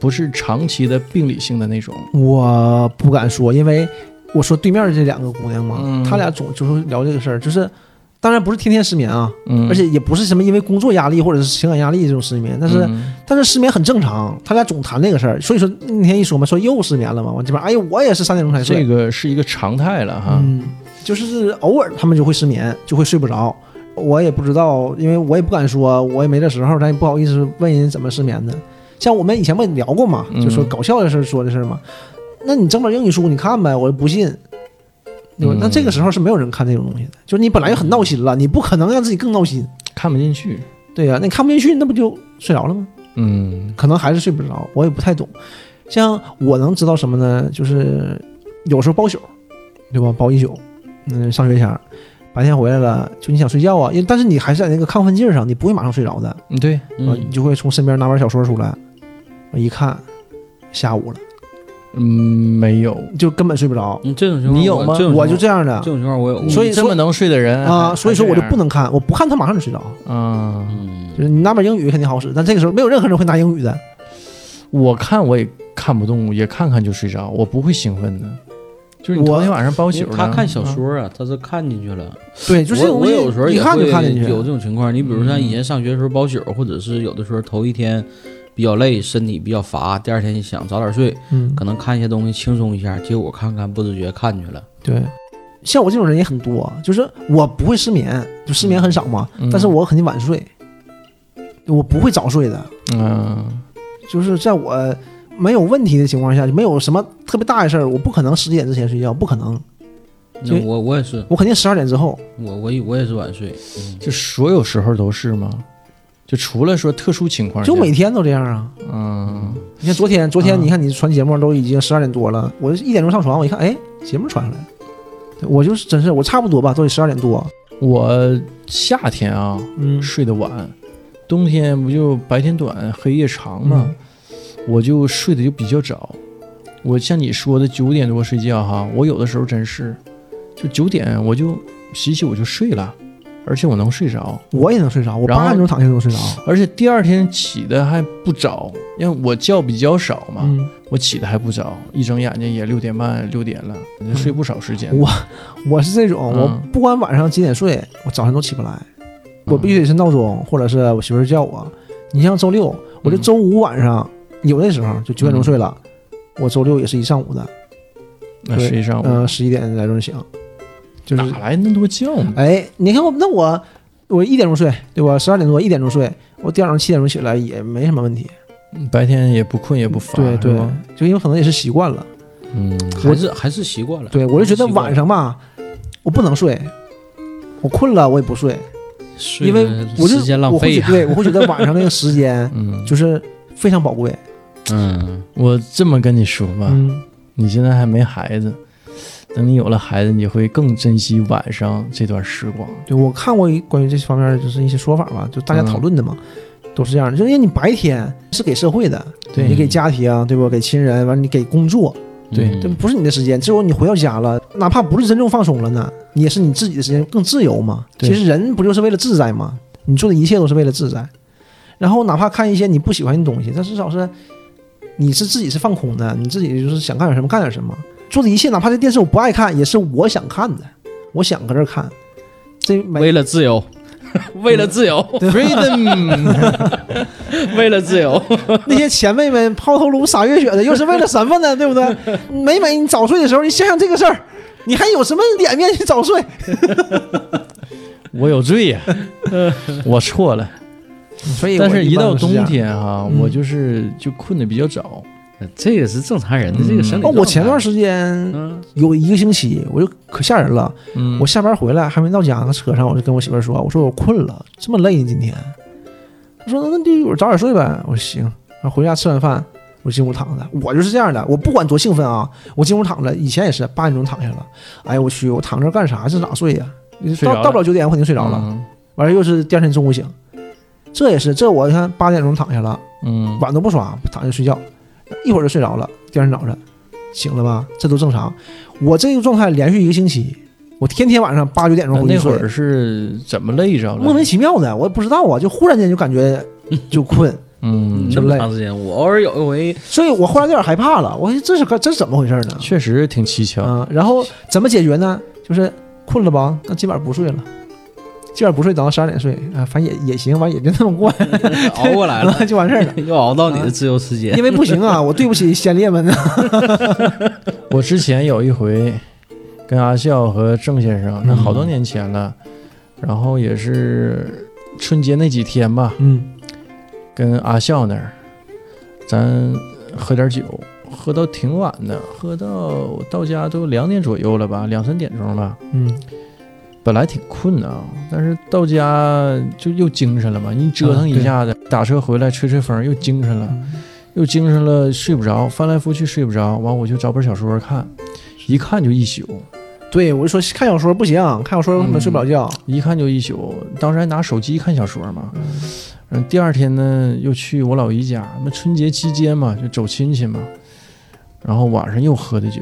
不是长期的病理性的那种？我不敢说，因为我说对面这两个姑娘嘛，嗯她俩总就是聊这个事儿，就是当然不是天天失眠啊，嗯，而且也不是什么因为工作压力或者是情感压力这种失眠，但是、嗯但是失眠很正常，他俩总谈这个事儿，所以说那天一说嘛，说又失眠了嘛，我这边哎呦我也是三点钟才睡，这个是一个常态了哈。嗯，就是偶尔他们就会失眠，就会睡不着。我也不知道，因为我也不敢说，我也没这时候，咱也不好意思问人怎么失眠的。像我们以前不也聊过嘛，嗯就说搞笑的事儿说的事儿嘛。那你整本英语书你看呗，我不信。对吧嗯那这个时候是没有人看这种东西的，就是你本来就很闹心了，你不可能让自己更闹心。看不进去，对呀、那你看不进去，那不就睡着了吗？嗯可能还是睡不着，我也不太懂。像我能知道什么呢？就是有时候包宿，对吧？包一宿，嗯，上学前儿白天回来了，就你想睡觉啊，因为但是你还是在那个亢奋劲儿上，你不会马上睡着的，嗯，对，啊，你嗯，就会从身边拿本小说出来，一看下午了，嗯，没有，就根本睡不着。嗯这种情况你有我吗这种我情就这样的况这种情况我有过，所以你这么能睡的人哎啊，所以说我就不能，能看，我不看他马上就睡着。嗯，嗯就是你拿本英语肯定好使，但这个时候没有任何人会拿英语的。我看我也看不动，也看看就睡着，我不会兴奋的。就是你我头天晚上包因宿了，为他看小说啊，他是看进去了。对，就这我种我有时候东西，一也看就会看进去。嗯有这种情况。你比如像以前上学的时候包宿，或者是有的时候头一天比较累，身体比较乏，第二天想早点睡，嗯，可能看一些东西轻松一下，结果看看不自觉看去了。对，像我这种人也很多，就是我不会失眠，就失眠很少嘛，嗯但是我肯定晚睡，我不会早睡的，嗯，就是在我没有问题的情况下，就没有什么特别大的事儿，我不可能十点之前睡觉，不可能，那就我我也是，我肯定十二点之后。我我我也是晚睡。嗯，就所有时候都是吗？就除了说特殊情况下，就每天都这样啊！嗯你看昨天，昨天嗯你看你传节目都已经十二点多了，我一点钟上床，我一看，哎，节目传上来了，对我就是真是我差不多吧，都得十二点多，，我夏天啊嗯，睡得晚，冬天不就白天短黑夜长嘛，嗯我就睡得就比较早。我像你说的九点多睡觉哈，我有的时候真是，就九点我就洗洗我就睡了，而且我能睡着，我也能睡着，我然后八点钟躺下就能睡着，而且第二天起的还不早，因为我觉比较少嘛，嗯。我起的还不早，一睁眼睛也六点半六点了，我嗯就睡不少时间。我我是这种，嗯我不管晚上几点睡，我早上都起不来，嗯我必须得是闹钟，或者是我媳妇儿叫我。你像周六，嗯我就周五晚上、有的时候就九点钟睡了，嗯我周六也是一上午的，那对实际上哦我、嗯、十一点来钟醒，就是哪来那么多觉嗯呢？哎，你看我那我我一点钟睡对吧？十二点多一点钟睡，我第二天七点钟起来也没什么问题。白天也不困也不乏，嗯对对是吧，就因为可能也是习惯了。嗯，还是还是习惯了。对我就觉得嗯习惯了晚上吧，我不能睡，我困了我也不睡，睡因为了我就时间浪我会费觉啊。对我会觉得晚上那个时间嗯，就是非常宝贵。嗯，我这么跟你说吧，嗯，你现在还没孩子，等你有了孩子，你会更珍惜晚上这段时 <laughs> 光。对我看过一关于这方面的就是一些说法吧，就大家嗯讨论的嘛，都是这样的。就是哎因为你白天是给社会的，对你给家庭，啊对不？给亲人，完了你给工作，对嗯这不是你的时间。只有你回到家了，哪怕不是真正放松了呢，你也是你自己的时间，更自由嘛。对其实人不就是为了自在嘛？你做的一切都是为了自在。然后哪怕看一些你不喜欢的东西，但至少是你是自己是放空的，你自己就是想干点什么干点什么，做的一切，哪怕这电视我不爱看，也是我想看的，我想搁这儿看。这没为了自 <laughs> 由，为了自由， Freedom，为了自由。那些前辈们抛头颅洒热血的，又是为了什么呢？对不对？每每你早睡的时候，你想想这个事儿，你还有什么脸面去早睡？我有罪 <laughs> 呀、呃我错了。所以但是，一到冬天哈、嗯我就是就困得比较早。 <laughs> 这个是正常人的这个生理哦状，态。我前段时间嗯有一个星期，我就可吓人了。嗯，我下班回来还没到家呢，车上我就跟我媳妇儿说：“我说我困了，这么累呢今天。”她说：“那就一会儿早点睡呗。”我说：“行。”然后回家吃完饭，我进屋躺着。我就是这样的，我不管多兴奋啊，我进屋躺着。以前也是八点钟躺下了，哎呦我去，我躺这干啥？这哪睡呀、嗯睡着到了嗯到不了九点，我肯定睡睡着了。完了又是第二天中午醒，这也是这我看八点钟躺下了，嗯，碗都不刷，躺下睡觉，一会儿就睡着了。第二天早上醒了吧，这都正常。我这个状态连续一个星期，我天天晚上八九点钟那回去那睡会，儿是怎么累着了？ <laughs> 莫名其妙的，我也不知道啊，就忽然间就感觉就困，嗯，那对不么对长时间，我偶尔有一 <laughs> 回，所以我后来有点害怕了，我说这是个这是怎么回事呢？确实挺蹊跷。啊，然后怎么解决呢？就是困了吧，那今晚不睡了，今晚不睡，等到十二点睡啊，反正也也行，完也就那 <laughs> 么过熬过来了，了，就完事儿了。又熬到你的自由时间。因为不行啊，我对不起先烈们呢。我之前有一回跟阿笑和郑先生，那好多年前了，然后也是春节那几天吧，嗯跟阿笑那儿，咱喝点酒，喝到挺晚的，喝到我到家都两点左右了吧，两三点钟了。嗯本来挺困的啊，但是到家就又精神了嘛，你折腾一下子，打车回来吹吹风又精嗯神了，又精神了，睡不着，翻来覆去睡不着，完我就找本小说看，一看就一宿，对我就说看小说不行，看小说可能睡不了觉。一看就一宿，当时还拿手机看小说嘛。嗯，第二天呢又去我老姨家，那春节期间嘛就走亲戚嘛，然后晚上又喝的酒，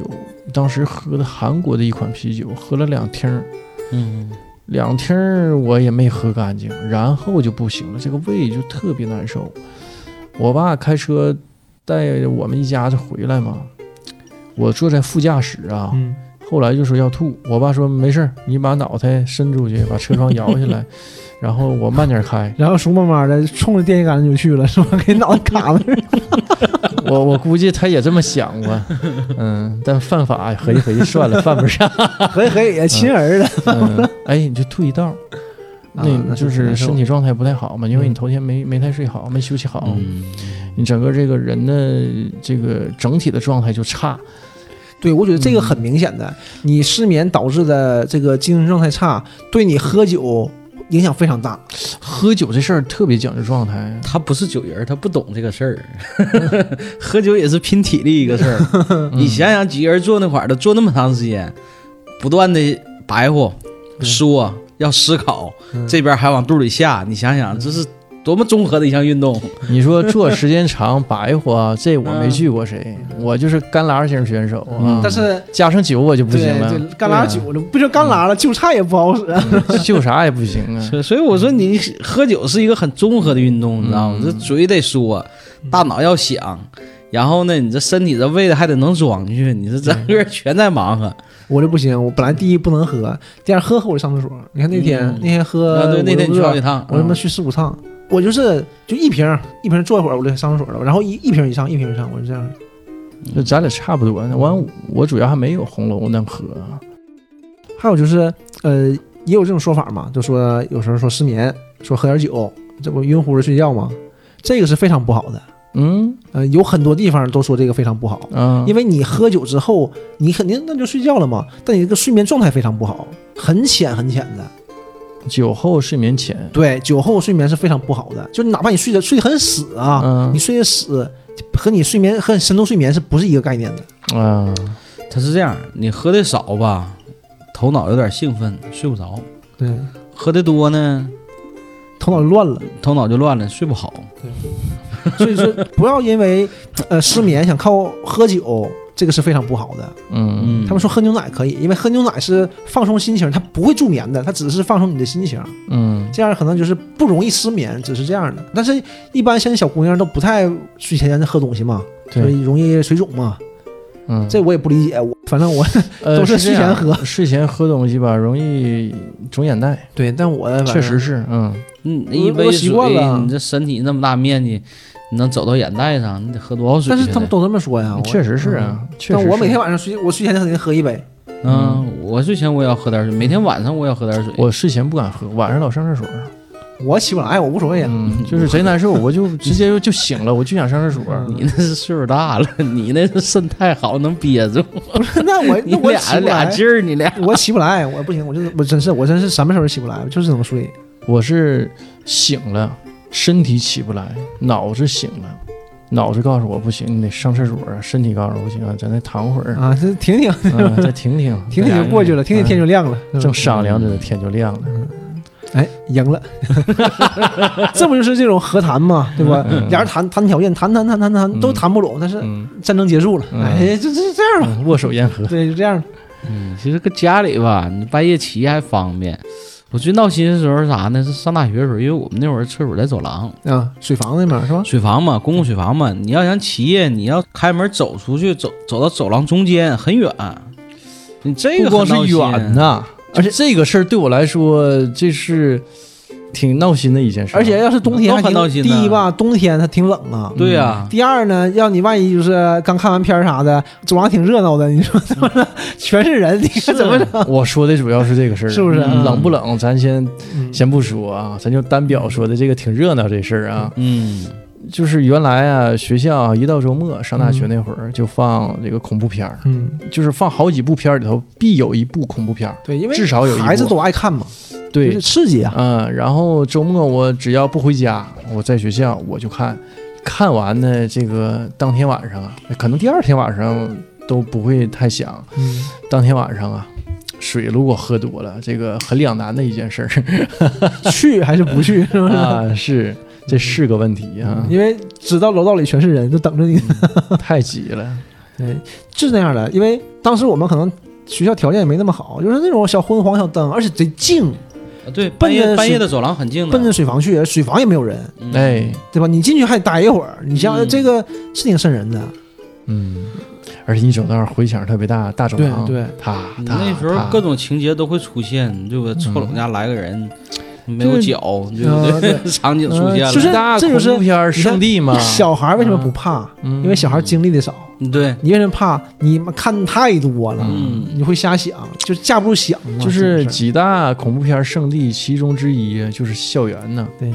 当时喝的韩国的一款啤酒，喝了两听儿。嗯，两听儿我也没喝干净，然后就不行了，这个胃就特别难受。我爸开车带我们一家子回来嘛，我坐在副驾驶啊，嗯后来就说要吐，我爸说没事儿，你把脑袋伸出去，把车窗摇下来，然后我慢点开。然后熊妈妈的冲着电线杆子就去了，是吧？给脑袋卡那儿。我我估计他也这么想过，嗯，但犯法合计合计算了，犯不上。 <laughs> 合计合计也亲儿子。嗯，哎，你就吐一道儿，那那就是是难受身体状态不太好嘛，因为你头天没没太睡好，没休息好，嗯，你整个这个人的这个整体的状态就差。对，我觉得这个很明显的，你失眠导致的这个精神状态差，对你喝酒影响非常大。喝酒这事儿特别讲究状态，他不是酒人，他不懂这个事儿。 <laughs> 喝酒也是拼体力一个事儿。你想想，几个人坐那块儿的，坐那么长时间，不断的白活、对说，要思考，嗯这边还往肚里下，你想想，这是多么综合的一项运动。嗯你说坐时间长 <laughs> 白活，这我没惧过谁，我就是干拉型选手啊嗯，但是加上酒我就不行对了对，，干拉对啊酒了，不就干拉了，韭菜也不好使。啊 <laughs> 就啥也不行嗯啊。所以所以我说，你喝酒是一个很综合的运动，你知道吗？嗯这嘴得说，嗯大脑要想，然后呢，你这身体这胃还得能装进去，你这整个全在忙啊活。我就不行，我本来第一不能喝，第二喝喝我就上厕所。你看那天、嗯那天喝，啊，对，那天我你就去饿好几趟，我他妈嗯去十五趟，我就是就一瓶一瓶坐一会儿我就上厕所了，然后一一瓶以上一瓶以上，我就这样。就咱俩差不多呢。完，我主要还没有红楼啊能喝。还有就是呃，也有这种说法嘛，就说有时候说失眠，说喝点酒，这不晕乎着睡觉吗？这个是非常不好的。嗯呃，有很多地方都说这个非常不好，啊，因为你喝酒之后，你肯定那就睡觉了嘛，但你这个睡眠状态非常不好，很浅很浅的。酒后睡眠浅对，酒后睡眠是非常不好的，就哪怕你睡得睡得很死啊，嗯你睡得死，和你睡眠和你深度睡眠是不是一个概念的？啊，他是这样，你喝的少吧，头脑有点兴奋，睡不着；对，喝的多呢，头脑就乱了。头脑就乱了，睡不好。所以 <laughs> 说，不要因为呃失眠想靠喝酒，这个是非常不好的。嗯，他们说喝牛奶可以，因为喝牛奶是放松心情，它不会助眠的，它只是放松你的心情，嗯，这样可能就是不容易失眠，只是这样的。但是，一般现在小姑娘都不太睡前喝东西嘛，所对，以容易水肿嘛，嗯，这我也不理解。我反 <laughs> 正我呃都是这样睡前 <laughs> 睡前喝东西吧，容易肿眼袋，对，但我反正确实是，嗯，嗯，你一我都杯习惯了水你这身体那么大面积，你能走到眼袋上，你得喝多少水？但是他们，都这么说呀，我嗯确实是。啊，确实但是。我每天晚上睡，我睡前肯定喝一杯。嗯，我睡前我也要喝点水，每天晚上我也要喝点水。我睡前不敢喝，晚上老上厕所， <laughs> 我起不来，我无所谓啊。嗯， <laughs> 就是贼难受，我就直接就就醒了，我就想上厕所。你那是岁数大了，你那是肾太好，能憋住。嗯 <laughs> 那 <laughs> 我你那我俩起不俩来，劲儿，你俩。我起不来，我不行，我就是我真是我真是什么时候起不来，我就是能睡。我是醒了，身体起不来，脑子醒了，脑子告诉我不行，你得上厕所啊。身体告诉我不行啊，咱再躺会儿， <laughs> 啊，这挺挺嗯，再挺挺，挺挺就过去了，挺挺天就、就亮了，是吧嗯正商量着，天就亮了。哎，赢了， <laughs> 这不就是这种和谈嘛，对吧嗯？俩人谈谈条件，谈谈谈谈谈都嗯谈不拢，但是嗯，战争结束了，嗯哎，就就这样吧，嗯握手言和。对，就这样。嗯，其实搁家里吧，你半夜起还方便。我最闹心的时候是啥呢？是上大学的时候，因为我们那会儿厕所在走廊，啊，水房那边儿是吧？水房嘛，公共水房嘛。你要想起夜，你要开门走出去，走走到走廊中间很远，你这个不光很是闹心远呐，而且这个事儿对我来说，这是挺闹心的一件事儿。啊而且要是冬天都还很挺，闹心第一呢吧，冬天它挺冷啊。嗯对呀、第二呢，要你万一就是刚看完片儿啥的，走廊挺热闹的，你说 <laughs> 怎么着，全 <laughs> 是啊人，你啊说怎么着？我说的主要是这个事儿，是不是嗯嗯冷不冷，咱先嗯先不说啊，咱就单表说的这个挺热闹这事儿啊。嗯，就是原来啊，学校一到周末上大学那会儿就放这个恐怖片儿，嗯，就是放好几部片儿里头必有一部恐怖片儿。对，因为至少有一孩子部都爱看嘛，就对是，刺激啊。嗯，然后周末我只要不回家，我在学校我就看，看完呢，这个当天晚上啊，可能第二天晚上都不会太想，嗯，当天晚上啊。水如果喝多了，这个很两难的一件事儿 <laughs> <laughs> 去还是不去，是不是？啊，是这是个问题啊，因为知道楼道里全是人，就等着你。嗯太挤了。嗯对，是那样的。因为当时我们可能学校条件也没那么好，就是那种小昏黄小灯，而且贼静，啊对，半夜着半夜水的走廊很静的，奔着水房去，水房也没有人，嗯哎，对吧？你进去还得待一会儿，你想、嗯这个是挺瘆人的。嗯，而且你走道儿回响特别大，大走对廊，对，他你啊他那时候各种情节都会出现，对吧？臭冷家来个人，没有脚，对呃不对？<laughs> 对场景出嗯现了，就是这就是恐怖片儿圣地嘛，小孩为什么不怕？嗯因为小孩经历的少，对，你为什么怕？你们看太多了，嗯你会瞎想，就架不住想啊，就是这种事儿几大恐怖片儿圣地其中之一，就是校园呢。对，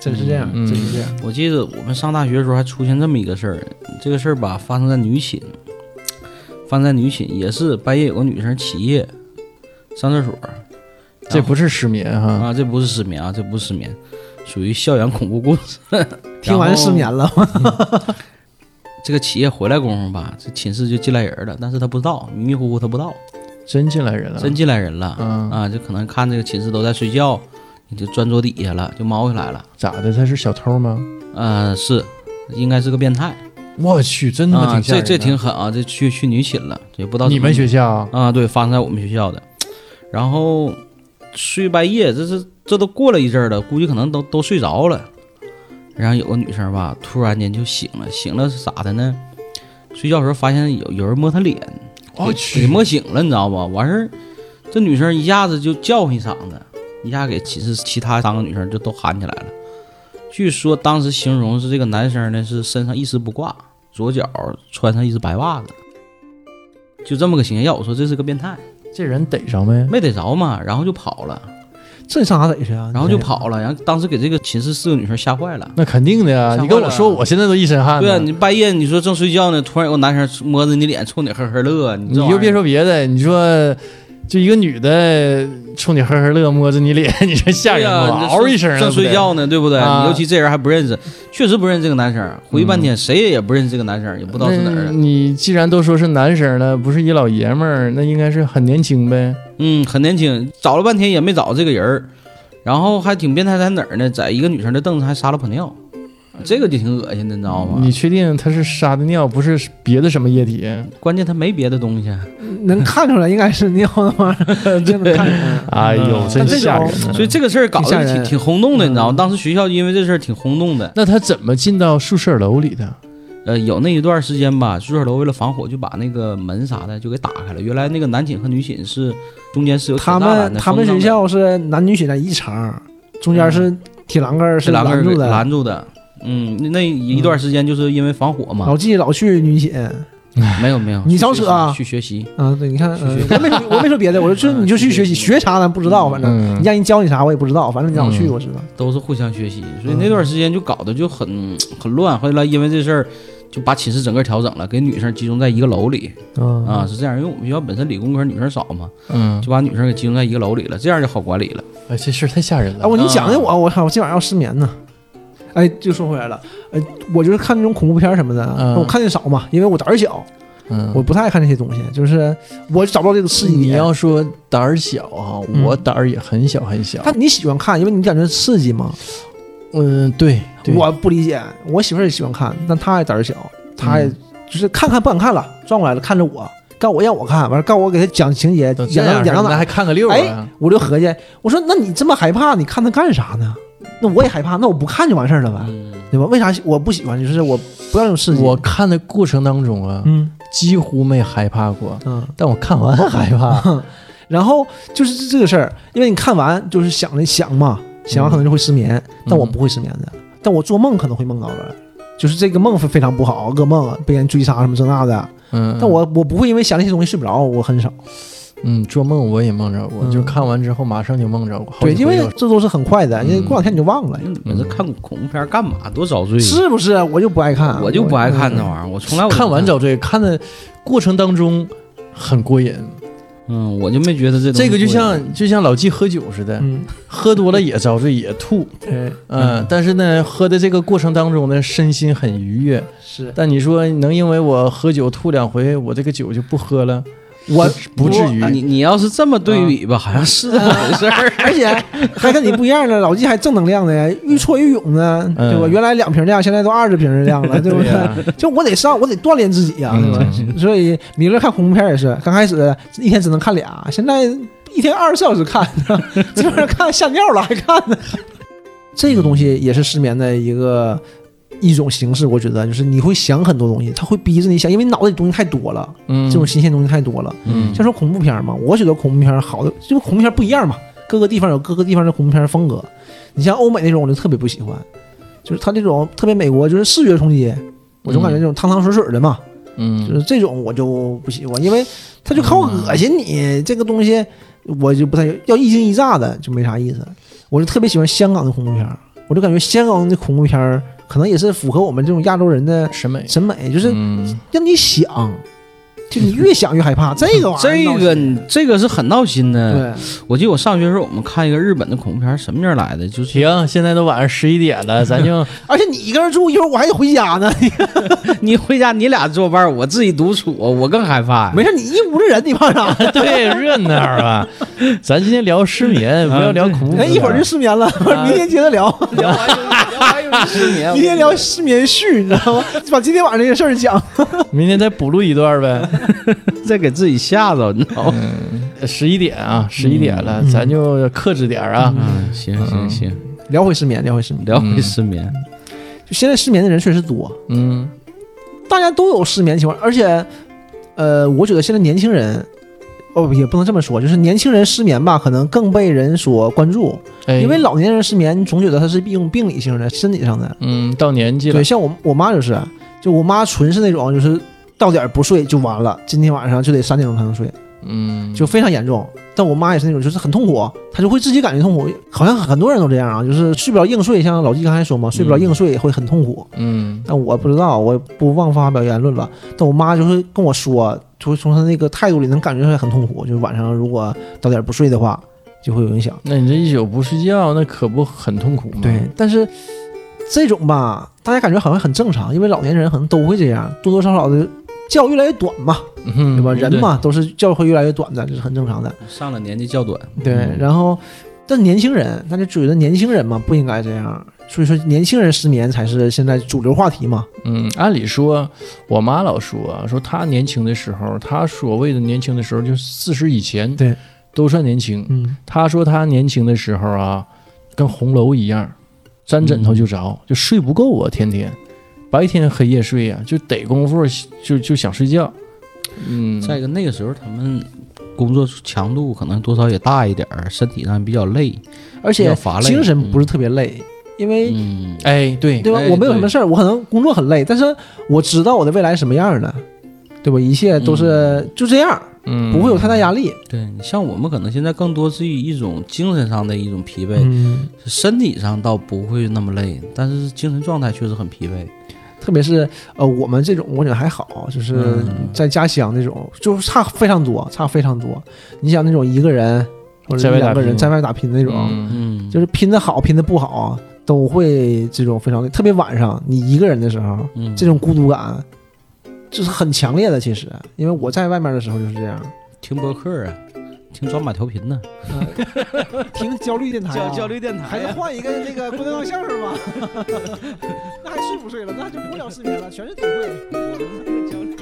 真是这样，嗯真是这样。我记得我们上大学的时候还出现这么一个事儿，这个事儿吧发生在女寝，发生在女寝也是半夜有个女生起夜上厕所，这不是失眠哈，啊，这不是失眠啊，这不是失眠，属于校园恐怖故事。嗯听完失眠 <laughs> 了，这个起夜回来功夫吧，这寝室就进来人了，但是他不知道，迷迷糊糊他不知道，真进来人了，真进来人了、嗯啊，就可能看这个寝室都在睡觉，你就钻桌底下了，就猫下来了。咋的？他是小偷吗？呃，是，应该是个变态我去，真他妈啊，挺吓这人的这挺狠啊，这去去女寝了，也不知道你们学校啊，对，发生在我们学校的。然后睡半夜，这是这都过了一阵儿了，估计可能都都睡着了。然后有个女生吧，突然间就醒了，醒了是咋的呢？睡觉时候发现有有人摸她脸，我给给去，摸哦醒了，你知道吗？完事儿，这女生一下子就叫一嗓子，一下给寝室其他三个女生就都喊起来了。据说当时形容是这个男生呢是身上一丝不挂，左脚穿上一只白袜子，就这么个形象。要我说这是个变态，这人逮着没？没逮着嘛，然后就跑了，这你上哪逮去啊？然后就跑了，然后当时给这个寝室四个女生吓坏了。那肯定的呀！吓坏你跟我了说，我现在都一身汗对啊，呢。你半夜你说正睡觉呢，突然有个男生摸着你脸冲你呵呵乐，你这你就别玩意儿说别的，你说就一个女的冲你呵呵乐，摸着你脸， <laughs> 你说吓人对呀吗？你嗷一声啊，正睡觉呢，对不对？啊你尤其这人还不认识，确实不认识这个男生，回忆半天，谁也不认识这个男生，也不不知道是哪儿啊的。你既然都说是男生了，不是一老爷们儿，那应该是很年轻呗。嗯，很年轻，找了半天也没找这个人儿，然后还挺变态，在哪儿呢？在一个女生的凳子还撒了泡尿，这个就挺恶心的，你知道吗你？确定他是撒的尿，不是别的什么液体关键他没别的东西，能看出来应该是尿那 <laughs> 玩意儿，真能看出来。哎呦，真但这吓种人啊！嗯所以这个事儿搞挺吓得人挺挺轰动的，嗯你知道吗？当时学校因为这事儿挺轰动的，那他怎么进到宿舍楼里的？呃，有那一段时间吧，宿舍楼为了防火，就把那个门啥的就给打开了。原来那个男寝和女寝是中间是有铁他栅栏们的他们封上学的校是男女寝在一层，中间是铁栏杆儿是是栏杆拦儿给住的。拦住的。嗯，那那一段时间就是因为防火嘛老，纪老去女寝没有没有，哦你去少学习扯啊去学习，啊，对，你看，去呃学我没说我没说别的，我就 <laughs> 说嗯你就去去学学习，习学啥咱不知道，反正嗯你，让人教你啥我也不知道，反正你老去嗯我知道。都是互相学习，所以那段时间就搞得就很很乱。后来因为这事儿，就把寝室整个调整了，给女生集中在一个楼里嗯啊，，是这样。因为我们学校本身理工科女生少嘛，嗯，就把女生给集中在一个楼里了，这样就好管理了。哎，这事儿太吓人啊哎，了。我你讲的我，我操，我今晚上要失眠呢。哎，就说回来了，哎，我就是看那种恐怖片儿什么的，嗯我看的少嘛，因为我胆儿小，嗯，我不太爱看这些东西，就是我找不到这个刺激你点。要说胆儿小啊，嗯我胆儿也很小很小他。你喜欢看，因为你感觉刺激嘛。嗯，对，对我不理解，嗯我媳妇儿也喜欢看，但她也胆儿小，她也就是看看不敢看了，转过来了看着我，告我让我看，完了告我给他讲情节，都这演到样演到那哪，还看个溜儿啊？我就合计，我说那你这么害怕，你看他干啥呢？那我也害怕，那我不看就完事儿了呗，嗯对吧？为啥我不喜欢？就是我不要有刺激。我看的过程当中啊，嗯几乎没害怕过，嗯嗯，但我看完害怕。然后就是这个事儿，因为你看完就是想着想嘛，想完可能就会失眠，嗯但我不会失眠的，但我做梦可能会梦到了。就是这个梦非非常不好，噩梦被人追杀什么这那的，嗯，但我我不会因为想那些东西睡不着，我很少。嗯做梦我也梦着过，嗯就看完之后马上就梦着过。好对，几因回嗯为都是这都是很快的，因为过两天你就忘了，哎你们这看恐怖片干嘛？多遭罪！是啊不是？我就不爱看，我就不爱看这意玩意儿，我从来我就看完找这个，看的过程当中很过瘾。嗯，我就没觉得这东西这个就过瘾像就像老纪喝酒似的，嗯，喝多了也遭罪也吐，对，嗯、但是呢，喝的这个过程当中呢，身心很愉悦。是但你说能因为我喝酒吐两回，我这个酒就不喝了？我不至于啊你你要是这么对比吧，好像是这么回事儿。而且还跟你不一样呢，老纪还正能量呢，愈挫愈勇呢，嗯对吧？原来两瓶量，现在都二十瓶的量了，对不对呀、对？就我得上，我得锻炼自己呀、嗯对吧？所以米勒看恐怖片也是，刚开始一天只能看俩，现在一天二十四小时看， <laughs> 这边人看吓尿了还看呢。这个东西也是失眠的一个一种形式，我觉得就是你会想很多东西，它会逼着你想，因为脑子里东西太多了， <laughs> 嗯，这种新鲜东西太多了。嗯先说恐怖片嘛，我觉得恐怖片好的，因为恐怖片不一样嘛，各个地方有各个地方的恐怖片风格。你像欧美那种，我就特别不喜欢，就是他这种特别美国，就是视觉冲击，我总感觉这种汤汤水水的嘛，就嗯是这种我就不喜欢，因为他就靠恶心你、这个东西，我就不太要一惊一乍的就没啥意思。我就特别喜欢香港的恐怖片儿，我就感觉香港的恐怖片儿可能也是符合我们这种亚洲人的审美审美，就是嗯让你想，就你越想越害怕，这个玩意儿这闹心，个你这个是很闹心的。对。我记得我上学的时候，我们看一个日本的恐怖片儿，什么样来的？就是 <laughs> 停，现在都晚上十一点 <laughs> 了，咱就而且你一个人住，一会儿我还得回家 <laughs> 呢。你回家你俩作伴儿，我自己独处，我更害怕。没事，你一屋子人，你怕啥？对热闹 <laughs> 啊！咱今天聊失眠，不要聊恐怖哎，片。一 <laughs> 会儿就失眠了， <laughs> 明天接着聊，聊完又聊完又是失眠 <laughs> 明天聊失眠续，你知道吗？ <laughs> 把今天晚上这些事儿讲。明天再补录一段呗。这给自己吓着，你知道吗？十一点啊，十一点了，咱就克制点儿啊。嗯， <laughs> 行行行，聊回失眠，聊回失眠。聊回失眠。就现在失眠的人确实多，嗯大家都有失眠情况，而且，呃，我觉得现在年轻人。哦，也不能这么说，就是年轻人失眠吧，可能更被人所关注，哎，因为老年人失眠，你总觉得他是一种病理性的、身体上的，嗯到年纪了对，，像我我妈就是，啊就我妈纯是那种就是到点儿不睡就完了，今天晚上就得三点钟才能睡，嗯就非常严重。但我妈也是那种就是很痛苦，她就会自己感觉痛苦，好像很多人都这样啊，就是睡不着硬睡，像老纪刚才说嘛，睡不着硬睡会很痛苦。嗯但我不知道，我不妄发表言论了。但我妈就会跟我说，就会从她那个态度里能感觉出来很痛苦，就是晚上如果到点儿不睡的话，就会有影响。那你这一宿不睡觉，那可不很痛嗯苦吗？对，，但是这种吧，大家感觉好像很正常，因为老年人可能都会这样，多多少少的觉越来越短嘛，嗯对吧？人，嘛都是觉会越来越短的，这是很正常的。 <laughs> 上了年纪较短，对，嗯然后但年轻人，他就觉得年轻人嘛不应该这样，所以说年轻人失眠才是现在主流话题嘛。嗯，按理说，我妈老说说她年轻的时候，她所谓的年轻的时候，就四十以前，对，都算年轻。嗯，她说她年轻的时候啊，跟红楼一样，沾枕头就着，嗯就睡不够啊，天天白天黑夜睡呀、就逮功夫就就想睡觉。嗯，再一个那个时候他们工作强度可能多少也大一点儿，身体上比较累，而比且较乏累精神不是特别累，因为。嗯，哎，对，对吧？哎我没有什么对事儿，我可能工作很累，但是我知道我的未来是什么样的，对吧？一切都是就这样，嗯，不会有太大压力。对你像我们可能现在更多是以一种精神上的一种疲惫，嗯，身体上倒不会那么累，但是精神状态确实很疲惫。特别是呃，我们这种我觉得还好，就是嗯在家乡那种，就是差非常多，差非常多。你想那种一个人或在者外一打两个人拼在外打拼那种，嗯嗯，就是拼的好，拼的不好都会这种非常累。特别晚上你一个人的时候，嗯这种孤独感就是很强烈的。其实，因为我在外面的时候就是这样，听播客啊，听装马调频呢，听焦虑电台、啊，虑电还 <laughs> 是换一个那个郭德纲相声 <laughs> 吧，那还睡不睡了？那就不聊视频了，全是体会。焦虑。